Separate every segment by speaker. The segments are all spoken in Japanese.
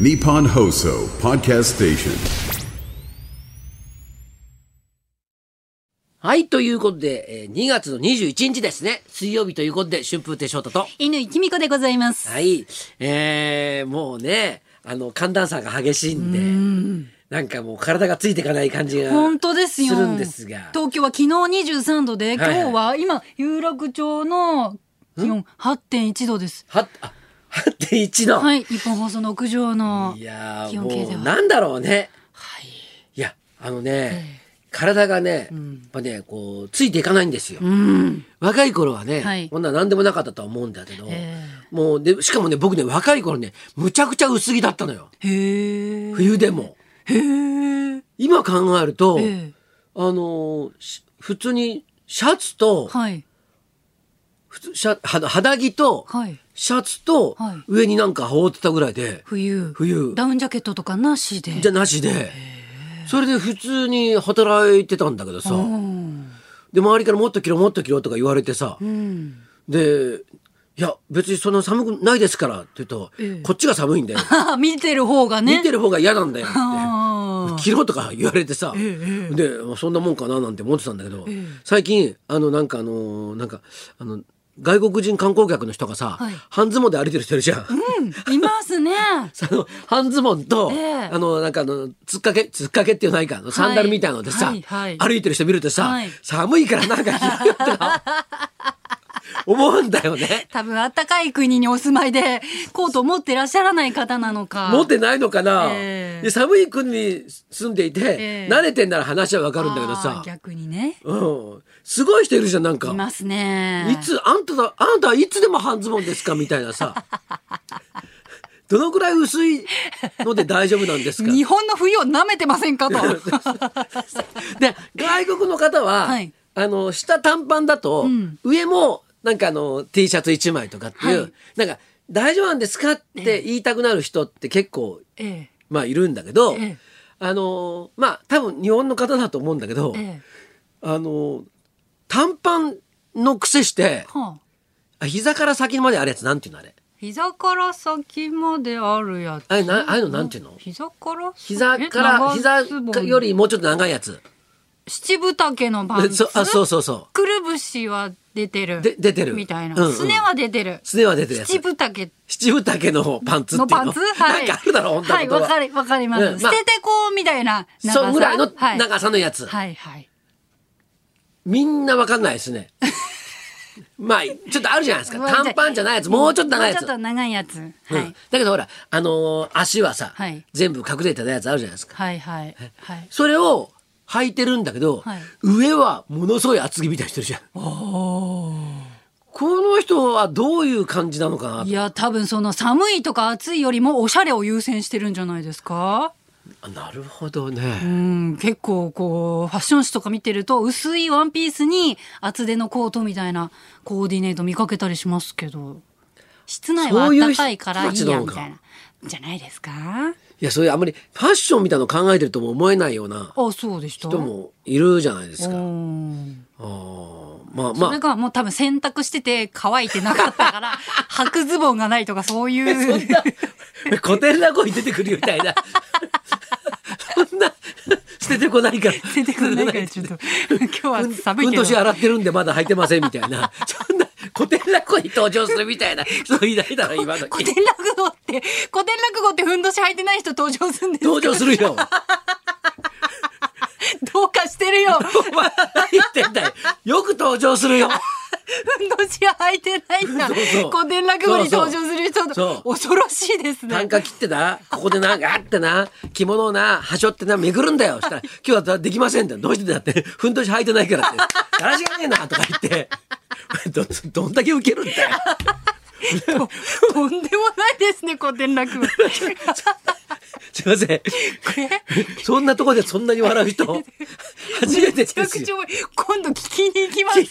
Speaker 1: Nippon Hoso Podcast Station.
Speaker 2: はい、ということで、えー2月の21日ですね。水曜日ということで、春風亭昇太と。
Speaker 3: 犬井美子でございます。
Speaker 2: はい。えー、もうね、あの、寒暖差が激しいんで、なんかもう体がついていかない感じが。
Speaker 3: 本当ですよ。
Speaker 2: するんですが。
Speaker 3: 東京は昨日23度で、
Speaker 2: いはい
Speaker 3: 今日は今有楽町の気温8.1度です。
Speaker 2: は、あ、8.1の。
Speaker 3: はい、日本放送の屋上の
Speaker 2: いや
Speaker 3: 気
Speaker 2: ー、
Speaker 3: 温計で
Speaker 2: もう、
Speaker 3: は。
Speaker 2: なんだろうね。
Speaker 3: はい。
Speaker 2: いや、あのね、体がね、やっぱね、こう、ついていかないんですよ。
Speaker 3: うん。
Speaker 2: 若い頃はね、
Speaker 3: はい
Speaker 2: こんな何でもなかったとは思うんだけど、
Speaker 3: え
Speaker 2: もうで、しかもね、僕ね、若い頃ね、むちゃくちゃ薄着だったのよ。
Speaker 3: へえ。
Speaker 2: 冬でも。
Speaker 3: へえ。
Speaker 2: 今考えると、
Speaker 3: ええ。
Speaker 2: あのーし普通にシャツと、
Speaker 3: はい。
Speaker 2: 普通シャ肌肌着と、
Speaker 3: はい。
Speaker 2: シャツと
Speaker 3: はい、
Speaker 2: 上になんか羽織ってたぐらいで、
Speaker 3: 冬。
Speaker 2: 冬
Speaker 3: ダウンジャケットとかなしで。
Speaker 2: じゃなしで、それで普通に働いてたんだけどさ、
Speaker 3: うん。
Speaker 2: で、周りからもっと着ろ、もっと着ろとか言われてさ、
Speaker 3: うん。
Speaker 2: で、いや、別にそんな寒くないですからって言うと、
Speaker 3: ええ
Speaker 2: こっちが寒い んだよ。
Speaker 3: あ見てる方がね。
Speaker 2: 見て
Speaker 3: る。
Speaker 2: る方が嫌なんだ よって。
Speaker 3: あー
Speaker 2: 着ろとか言われてさ、
Speaker 3: ええ
Speaker 2: でまあそんなもんかななんて思ってたんだけど、
Speaker 3: ええ
Speaker 2: 最近あのなんかあのーなんかあの外国人観光客の人がさ、
Speaker 3: はい
Speaker 2: 半ズボンで歩いてる人いる じゃん。
Speaker 3: うん。いますね。
Speaker 2: その半ズボンと、
Speaker 3: ええ
Speaker 2: あのなんかあのつっかけつっかけっていうのないかあのサンダルみたいのでさ、
Speaker 3: はいはい
Speaker 2: 歩いてる人見るとさ、
Speaker 3: はい
Speaker 2: 寒いからなんか着ろよって な思うんだよね。
Speaker 3: 多分暖かい国にお住まいでコートを持ってらっしゃらない方なのか。
Speaker 2: 持ってないのかな、
Speaker 3: ええ
Speaker 2: で寒い国に住んでいて、
Speaker 3: ええ
Speaker 2: 慣れてんなら話はわかるんだけど
Speaker 3: あー
Speaker 2: さ、
Speaker 3: 逆にね。
Speaker 2: うん、すごい人いるじゃんなんか。
Speaker 3: いますね。
Speaker 2: いつあんただあなたはいつでも半ズボンですかみたいなさ どのくらい薄いので大丈夫なんですか
Speaker 3: 日本の冬を舐めてませんかと。
Speaker 2: で外国の方は、
Speaker 3: はい
Speaker 2: あの下短パンだと、
Speaker 3: ん
Speaker 2: 上もなんかあの T シャツ1枚とかっていう、
Speaker 3: はい
Speaker 2: なんか大丈夫なんですかって言いたくなる人って結構
Speaker 3: ええ
Speaker 2: まあいるんだけど、
Speaker 3: ええ
Speaker 2: あのまあ多分日本の方だと思うんだけど、
Speaker 3: ええ
Speaker 2: あの短パンの癖して
Speaker 3: はあ、
Speaker 2: あ膝から先まであるやつなんていうのあれ
Speaker 3: 膝から先まであるやつ。
Speaker 2: あれなああいうのなんていうの
Speaker 3: 膝から
Speaker 2: 膝から膝よ。
Speaker 3: え長ズボン
Speaker 2: りもうちょっと長いやつ
Speaker 3: 七分丈のパンツ。
Speaker 2: そあそうそうそ
Speaker 3: くるぶしは出てる。
Speaker 2: で出てる
Speaker 3: みたいな
Speaker 2: うんう。ん
Speaker 3: すねは出てる
Speaker 2: う。すねは出てるや
Speaker 3: 七
Speaker 2: つ
Speaker 3: 分丈
Speaker 2: 七分丈のパンツってい
Speaker 3: の
Speaker 2: うの
Speaker 3: パンツはい。
Speaker 2: なんかあるだろ本当
Speaker 3: はい、わかり、わかります。
Speaker 2: うんまあ
Speaker 3: 捨ててこうみたいな長さ。
Speaker 2: そんぐらいの
Speaker 3: はい
Speaker 2: 長さのやつ、
Speaker 3: はいはい。
Speaker 2: みんなわかんないです ねまあちょっとあるじゃないですか短パンじゃないやつもうちょっと長いや
Speaker 3: もう
Speaker 2: つ
Speaker 3: ちょっと長いやつ。
Speaker 2: う
Speaker 3: は
Speaker 2: ん
Speaker 3: い。、
Speaker 2: だけどほら、あのー足はさ、
Speaker 3: はい
Speaker 2: 全部隠れてたやつあるじゃないですか
Speaker 3: はいはい。はい。
Speaker 2: それを履いてるんだけど、
Speaker 3: はい
Speaker 2: 上はものすごい厚着みたいにしてるじゃんこの人はどういう感じなのかなと
Speaker 3: いや、多分その寒いとか暑いよりもおしゃれを優先してるんじゃないですか
Speaker 2: あなるほどね、
Speaker 3: うん、結構こう、ファッション誌とか見てると、薄いワンピースに厚手のコートみたいなコーディネート見かけたりしますけど、室内は
Speaker 2: そういう
Speaker 3: 暖
Speaker 2: 人
Speaker 3: かいからいいや、み
Speaker 2: たち
Speaker 3: た
Speaker 2: ないの
Speaker 3: な。じゃないですか
Speaker 2: いやそういうあまりファッションみたいなの考えてるとも思えないような
Speaker 3: あ、そうでした。
Speaker 2: 人もいるじゃないです
Speaker 3: う
Speaker 2: か。
Speaker 3: ん。
Speaker 2: あーまあ
Speaker 3: そ
Speaker 2: ま
Speaker 3: れ
Speaker 2: あ
Speaker 3: がもう多分洗濯してて乾いてなかったから、 履くズボンがないとかそういう。
Speaker 2: そんな 古典落語に出てくるみたいなそんな捨ててこないから
Speaker 3: 出てくるなんかちょ っと、今日は寒い
Speaker 2: うん
Speaker 3: け
Speaker 2: と
Speaker 3: ど。
Speaker 2: し洗ってるんでまだ履いてませんみたいな そんな古典落語に登場するみたいな人いないだろ今の
Speaker 3: 古典落語って、古典落語ってふんどし履いてない人登場するんです
Speaker 2: 登場するよ
Speaker 3: どうかしてるよ。
Speaker 2: お前何言ってんだよよく登場するよ
Speaker 3: ふんどし履いてないんだ。
Speaker 2: そうそう
Speaker 3: 古典落語に登場する人
Speaker 2: そうそう
Speaker 3: 恐ろしいです
Speaker 2: 短
Speaker 3: ね。
Speaker 2: 歌切ってな、ここでな、ガーってな、着物をな、端折ってな、めくるんだよ。したら、今日はできませんって、どうしてだって、ふんどし履いてないからって、だらしがねえな、とか言って、ど、どんだけウケるんだよ。
Speaker 3: とんでもないですね、古典落語。
Speaker 2: すいません。
Speaker 3: え
Speaker 2: そんなとこでそんなに笑う人、初めて
Speaker 3: めち
Speaker 2: で
Speaker 3: ゃ
Speaker 2: す
Speaker 3: く
Speaker 2: よ。
Speaker 3: ち
Speaker 2: しょ
Speaker 3: ゃ多い今度聞きに行きます。そ
Speaker 2: っ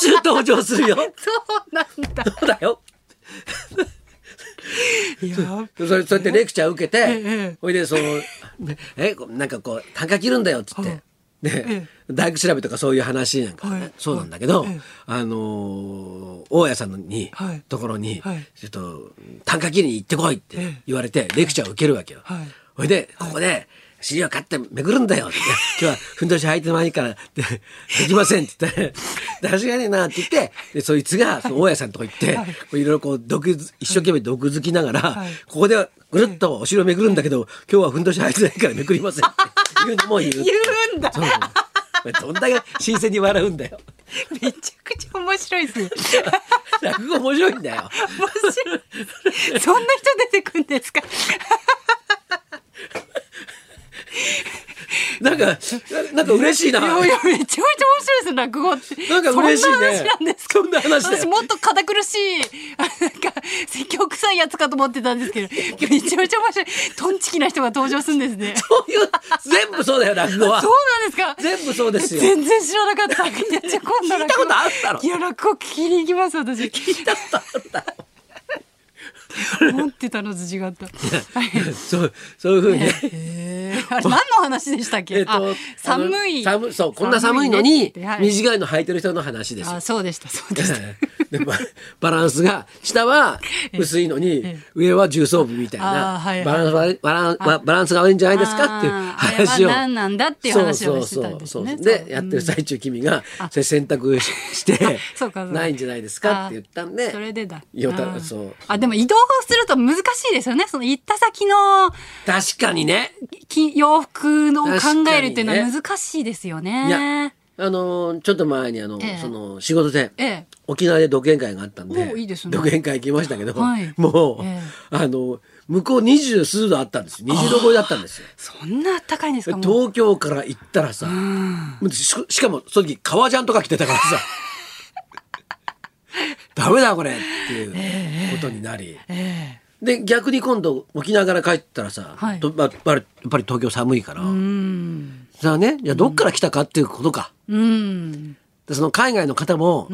Speaker 2: ちゅう登場するよ。
Speaker 3: うなんだ。
Speaker 2: そうだよ。
Speaker 3: やっ
Speaker 2: それそうやってレクチャー受け
Speaker 3: ええ
Speaker 2: て、ほいでその、ねえ、こうなんかこう、短歌切るんだよっつって、で、
Speaker 3: え
Speaker 2: 大工調べとかそういう話なんか、ね
Speaker 3: はい
Speaker 2: そうなんだけど、
Speaker 3: ええ
Speaker 2: あのー大家さんのに、
Speaker 3: はい
Speaker 2: ところに、
Speaker 3: はい
Speaker 2: ちょっと単価切りに行ってこいって
Speaker 3: ええ
Speaker 2: 言われて、レクチャーを受けるわけよ。
Speaker 3: はい
Speaker 2: ほいでここで尻を買ってめくるんだよって 今日はふんどし履いてないからってできませんって言って 「でしがねえな」って言ってでそいつがその大家さんのとこ行って、こういろいろこう毒づ一生懸命毒づきながら、
Speaker 3: はい
Speaker 2: ここでぐるっとお尻をめくるんだけど、今日はふんどし履いてないからめくりません って言うのも言う
Speaker 3: 言うんだ
Speaker 2: そうそうどんだけ新鮮に笑うんだよ
Speaker 3: めちゃくちゃ面白いですね。
Speaker 2: 落語面白いんだよ
Speaker 3: 面 白い。そんな人出てくんですか。
Speaker 2: なんかななんか嬉しいない
Speaker 3: やいや、めちゃめちゃ面白いですね、落語って。
Speaker 2: なんか嬉しいね
Speaker 3: そんな話なんですか。
Speaker 2: そんな話だよ
Speaker 3: 私もっと堅苦しい、あなんか、説教臭いやつかと思ってたんですけど、めちゃめちゃ面白い。トンチキな人が登場するんです ね。
Speaker 2: そういう全部そうだよ落語は
Speaker 3: そうなんですか
Speaker 2: 全部そうですよ
Speaker 3: 全然知らなかった。いやじゃあ今度
Speaker 2: 聞いたことあるだろ
Speaker 3: 落語いや、落語聞きに行きます、私。聞いたことあるだ持ってたのと 違った。はい
Speaker 2: そうそういうふうにね
Speaker 3: へーあれ何の話でしたっけ、
Speaker 2: えっ
Speaker 3: あ
Speaker 2: と、
Speaker 3: 寒い
Speaker 2: あの寒そうこんな寒いのに
Speaker 3: 寒いねってはい
Speaker 2: 短いの履いてる人の話ですよ
Speaker 3: あ。そうでしたそ うでした
Speaker 2: でババランスが下は薄いのに
Speaker 3: え
Speaker 2: 上は重装備みたい
Speaker 3: あー
Speaker 2: な
Speaker 3: はい
Speaker 2: バランス悪いバランバランスが悪いんじゃないですかっていう
Speaker 3: あー
Speaker 2: 話を
Speaker 3: あれは何なんだっていう話をしてたんで
Speaker 2: そ
Speaker 3: すね
Speaker 2: うそうそうそう
Speaker 3: そう
Speaker 2: でやってる最中君がそれ洗濯し して
Speaker 3: そうかそうか
Speaker 2: ないんじゃないですかって言ったんで
Speaker 3: あそれでだ
Speaker 2: よた
Speaker 3: あー
Speaker 2: そう
Speaker 3: あでも移動すると難しいですよねその行った先の
Speaker 2: 確かにね
Speaker 3: き洋服のを考
Speaker 2: 確か
Speaker 3: え
Speaker 2: にね
Speaker 3: るっていうのは難しいです
Speaker 2: い
Speaker 3: よ
Speaker 2: や
Speaker 3: ね
Speaker 2: あのーちょっと前にあの、
Speaker 3: ええ
Speaker 2: その仕事で、
Speaker 3: ええ
Speaker 2: 沖縄で独演会があったんで
Speaker 3: おいいですね
Speaker 2: 独演会行きましたけど、
Speaker 3: はい
Speaker 2: もう、
Speaker 3: ええ
Speaker 2: あの向こう二十数度あったんですよ二十度超えだったんですよ。
Speaker 3: そんな高いんですかもう
Speaker 2: 東京から行ったらさ、ししかもその時革ジャンとか着てた からさダメだこれっていうことになり、で逆に今度沖縄から帰ったらさ、
Speaker 3: はい
Speaker 2: とまやっぱりやっぱり東京寒いからさあねじゃあどっから来たかっていうことか。
Speaker 3: うん
Speaker 2: でその海外の方も、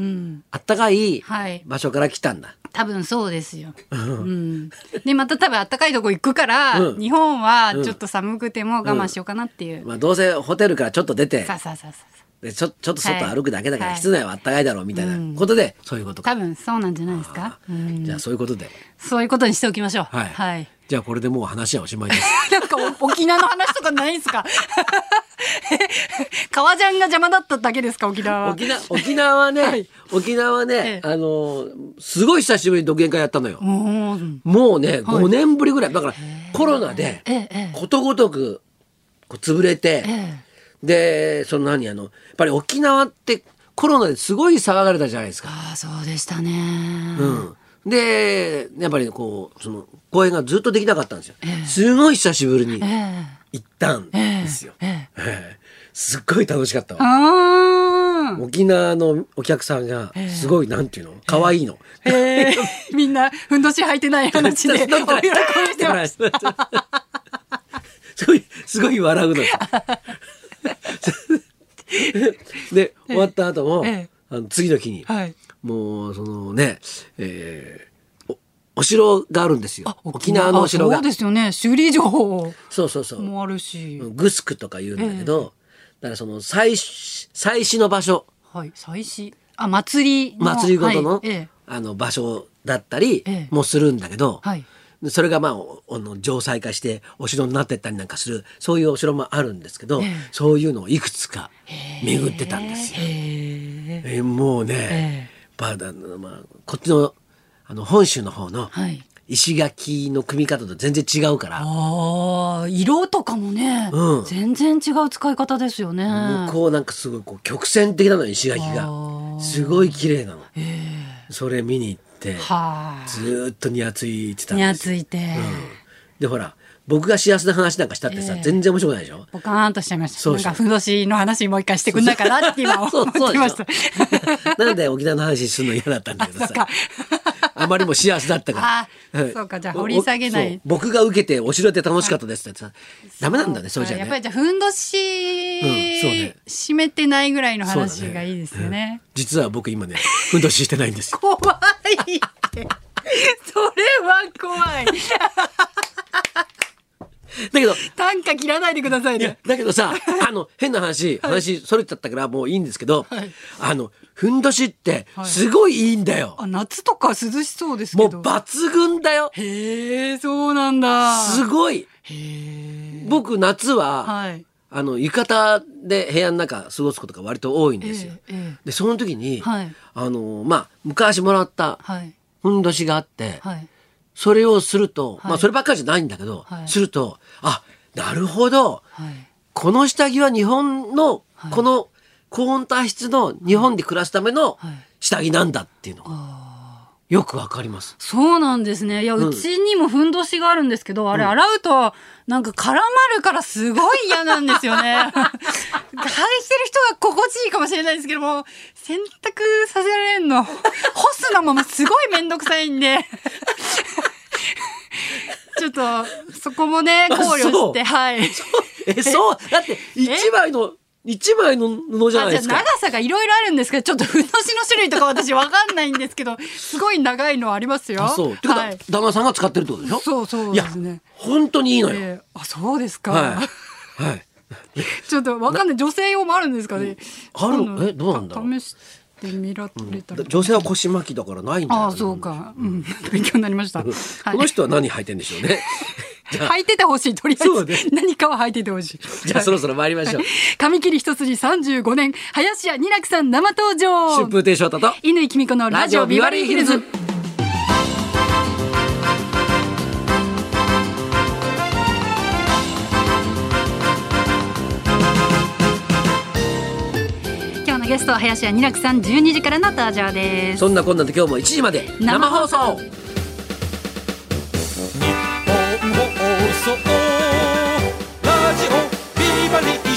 Speaker 2: あったかい
Speaker 3: はい
Speaker 2: 場所から来たんだ。
Speaker 3: 多分そうですよ、うん、でまた多分暖かいとこ行くから、
Speaker 2: うん
Speaker 3: 日本はちょっと寒くても我慢しようかなっていう、
Speaker 2: まあ、どうせホテルからちょっと出て
Speaker 3: さあさあさあさあ
Speaker 2: でちょちょっと外
Speaker 3: はい
Speaker 2: 歩くだけだから、
Speaker 3: はい
Speaker 2: 室内はあったかいだろうみたいなことで、そういうことか
Speaker 3: 多分そうなんじゃないですか、うん
Speaker 2: じゃあそういうことで、
Speaker 3: そういうことにしておきましょう
Speaker 2: はい
Speaker 3: はい
Speaker 2: じゃあこれでもう話はおしまいです
Speaker 3: なんかお沖縄の話とかないんすか 革ジャンが邪魔だっただけですか沖縄は
Speaker 2: 沖縄沖縄はね、沖縄はね、
Speaker 3: ええ
Speaker 2: あのすごい久しぶりに独演会やったのよ、
Speaker 3: うん
Speaker 2: もうね5年ぶりぐらいだからコロナで
Speaker 3: ええええ
Speaker 2: ことごとくこう潰れて、
Speaker 3: え
Speaker 2: でその何あのやっぱり沖縄ってコロナですごい騒がれたじゃないですか
Speaker 3: ああそうでしたね、
Speaker 2: うん、でやっぱりこうその公演がずっとできなかったんですよ、すごい久しぶりに
Speaker 3: ええ
Speaker 2: 行ったんですよ、
Speaker 3: ええ
Speaker 2: ええすっごい楽しかったわ
Speaker 3: ああ
Speaker 2: 沖縄のお客さんがすごいなんていうの可愛いの、
Speaker 3: えー、みんなふんどし履いて ない 話でお喜びしてます
Speaker 2: すごいすごい笑うのよ で終わった後も、
Speaker 3: ええ
Speaker 2: あの次の日に、
Speaker 3: はい
Speaker 2: もうそのね、えーおお城があるんですよ沖縄のお城
Speaker 3: あ
Speaker 2: が
Speaker 3: そうですよね修理情報
Speaker 2: そうそうそう
Speaker 3: もあるし、
Speaker 2: グスクとか言うんだけど、だからその祭祀祭祀の場所
Speaker 3: はい祭祀あ祭りの
Speaker 2: 祭りごとの,、
Speaker 3: はいええ
Speaker 2: あの場所だったり
Speaker 3: ええ
Speaker 2: もするんだけど、
Speaker 3: はい
Speaker 2: でそれがまあおおの城塞化してお城になってったりなんかするそういうお城もあるんですけど、
Speaker 3: ええ
Speaker 2: そういうのをいくつか巡ってたんですよ。
Speaker 3: へえ
Speaker 2: えもうね、やっぱあのまあ、こっちのあの本州の方の
Speaker 3: はい
Speaker 2: 石垣の組み方と全然違うから、
Speaker 3: ああ色とかもね、
Speaker 2: うん
Speaker 3: 全然違う使い方ですよね
Speaker 2: 向こうなんかすごいこう曲線的なのよ石垣
Speaker 3: あ
Speaker 2: が
Speaker 3: ー
Speaker 2: すごい綺麗なの、それ見に行って
Speaker 3: はあ
Speaker 2: ずーっとにやついてたん
Speaker 3: にや
Speaker 2: です
Speaker 3: つ
Speaker 2: よ
Speaker 3: いて、
Speaker 2: でほら僕が幸せな話なんかしたってさ、全然面白くないでしょ
Speaker 3: ポカーンとしちゃいました
Speaker 2: そうで
Speaker 3: なん
Speaker 2: しょ
Speaker 3: かふんどしの話もう一回してくんないかなって今
Speaker 2: そ
Speaker 3: 思
Speaker 2: うそうで
Speaker 3: って
Speaker 2: しょ
Speaker 3: ました
Speaker 2: なんで沖縄の話するの嫌だったんだけど
Speaker 3: そっ
Speaker 2: さ
Speaker 3: か
Speaker 2: あまりにも幸せだったか
Speaker 3: あ
Speaker 2: らん
Speaker 3: そうかじゃあ掘り下げない
Speaker 2: そう僕が受けてお城で楽しかったですってさダメなんだねそれじゃ
Speaker 3: やっぱり
Speaker 2: ね
Speaker 3: じゃあふんど
Speaker 2: うんそう
Speaker 3: し
Speaker 2: ね
Speaker 3: 締めてないぐらいの
Speaker 2: そうだ
Speaker 3: 話
Speaker 2: ね
Speaker 3: がいいですよね
Speaker 2: 実は僕今ねふんどししてないん ですよ
Speaker 3: 怖いってそれは怖い
Speaker 2: だけど
Speaker 3: 短歌切らないでくださいね。
Speaker 2: だけど さあの変な話話それちゃったからもういいんですけど、
Speaker 3: はい
Speaker 2: あのふんどしってすごいいいんだよ、
Speaker 3: あ、夏とか涼しそうです
Speaker 2: もう
Speaker 3: けど。
Speaker 2: 抜群だよ
Speaker 3: へえ、そうなんだ。
Speaker 2: すごい
Speaker 3: へえ。
Speaker 2: 僕夏は、
Speaker 3: はい。
Speaker 2: あの浴衣で部屋の中過ごすことが割と多いんですよ、
Speaker 3: ええええ
Speaker 2: でその時に、
Speaker 3: はい
Speaker 2: あのまあ昔もらった
Speaker 3: はい。
Speaker 2: ふんどしがあって、
Speaker 3: はい。
Speaker 2: それをすると、
Speaker 3: はい
Speaker 2: まあそればっかりじゃないんだけど、
Speaker 3: はい
Speaker 2: するとあなるほど
Speaker 3: はい。
Speaker 2: この下着は日本の、
Speaker 3: はい
Speaker 2: この高温体質の日本で暮らすための
Speaker 3: はい
Speaker 2: 下着なんだっていうのがよくわかります。
Speaker 3: そうなんですね。いや、
Speaker 2: ん
Speaker 3: うちにもふんどしがあるんですけど、あれ洗うと、なんか絡まるからすごい嫌なんですよ ね。履いてる人は心地いいかもしれないですけども、洗濯させられるの、干すのもすごいめんどくさい んで。ちょっと、そ こもね、考慮
Speaker 2: あ そ
Speaker 3: し
Speaker 2: う
Speaker 3: て、はい。
Speaker 2: え、そうだって一枚 の、一枚の布じゃ
Speaker 3: あ
Speaker 2: ない
Speaker 3: じ
Speaker 2: で
Speaker 3: ゃあ
Speaker 2: すか。
Speaker 3: 長さがいろいろあるんですけど、ちょっとふんどしの種類とか私わかんないんですけど、すごい長いのありますよ。
Speaker 2: あ、そう。ってことは、
Speaker 3: はい。
Speaker 2: 旦那さんが使ってるってことでしょ
Speaker 3: そうそう
Speaker 2: い
Speaker 3: で
Speaker 2: や
Speaker 3: すね。、
Speaker 2: 本当にいいのよ。
Speaker 3: えーあそうですか、
Speaker 2: はい。はい。
Speaker 3: ちょっとわかんない女性用もあるんですかね
Speaker 2: ある
Speaker 3: の
Speaker 2: えどうなんだろう
Speaker 3: た試してみられたら、
Speaker 2: 女性は腰巻きだからないんだよ
Speaker 3: ああそう。か、うん、勉強になりました、はい、
Speaker 2: この人は何履いてんでしょう ね。じゃあ、
Speaker 3: 履いててほしいとりあ
Speaker 2: そう
Speaker 3: え
Speaker 2: ね
Speaker 3: ず、何かは履いててほしい
Speaker 2: じゃあそろそろ参りましょう
Speaker 3: はい。髪切り一筋35年林家二楽さん生登
Speaker 2: 春
Speaker 3: 場
Speaker 2: 風亭昇太と、
Speaker 3: 乾きみ子のラジオビバリーヒルズ今日のゲストは林家二楽さん12時からの登場です
Speaker 2: そんなこんなで今日も1時まで生放送
Speaker 4: 日本放送ラジオビバリー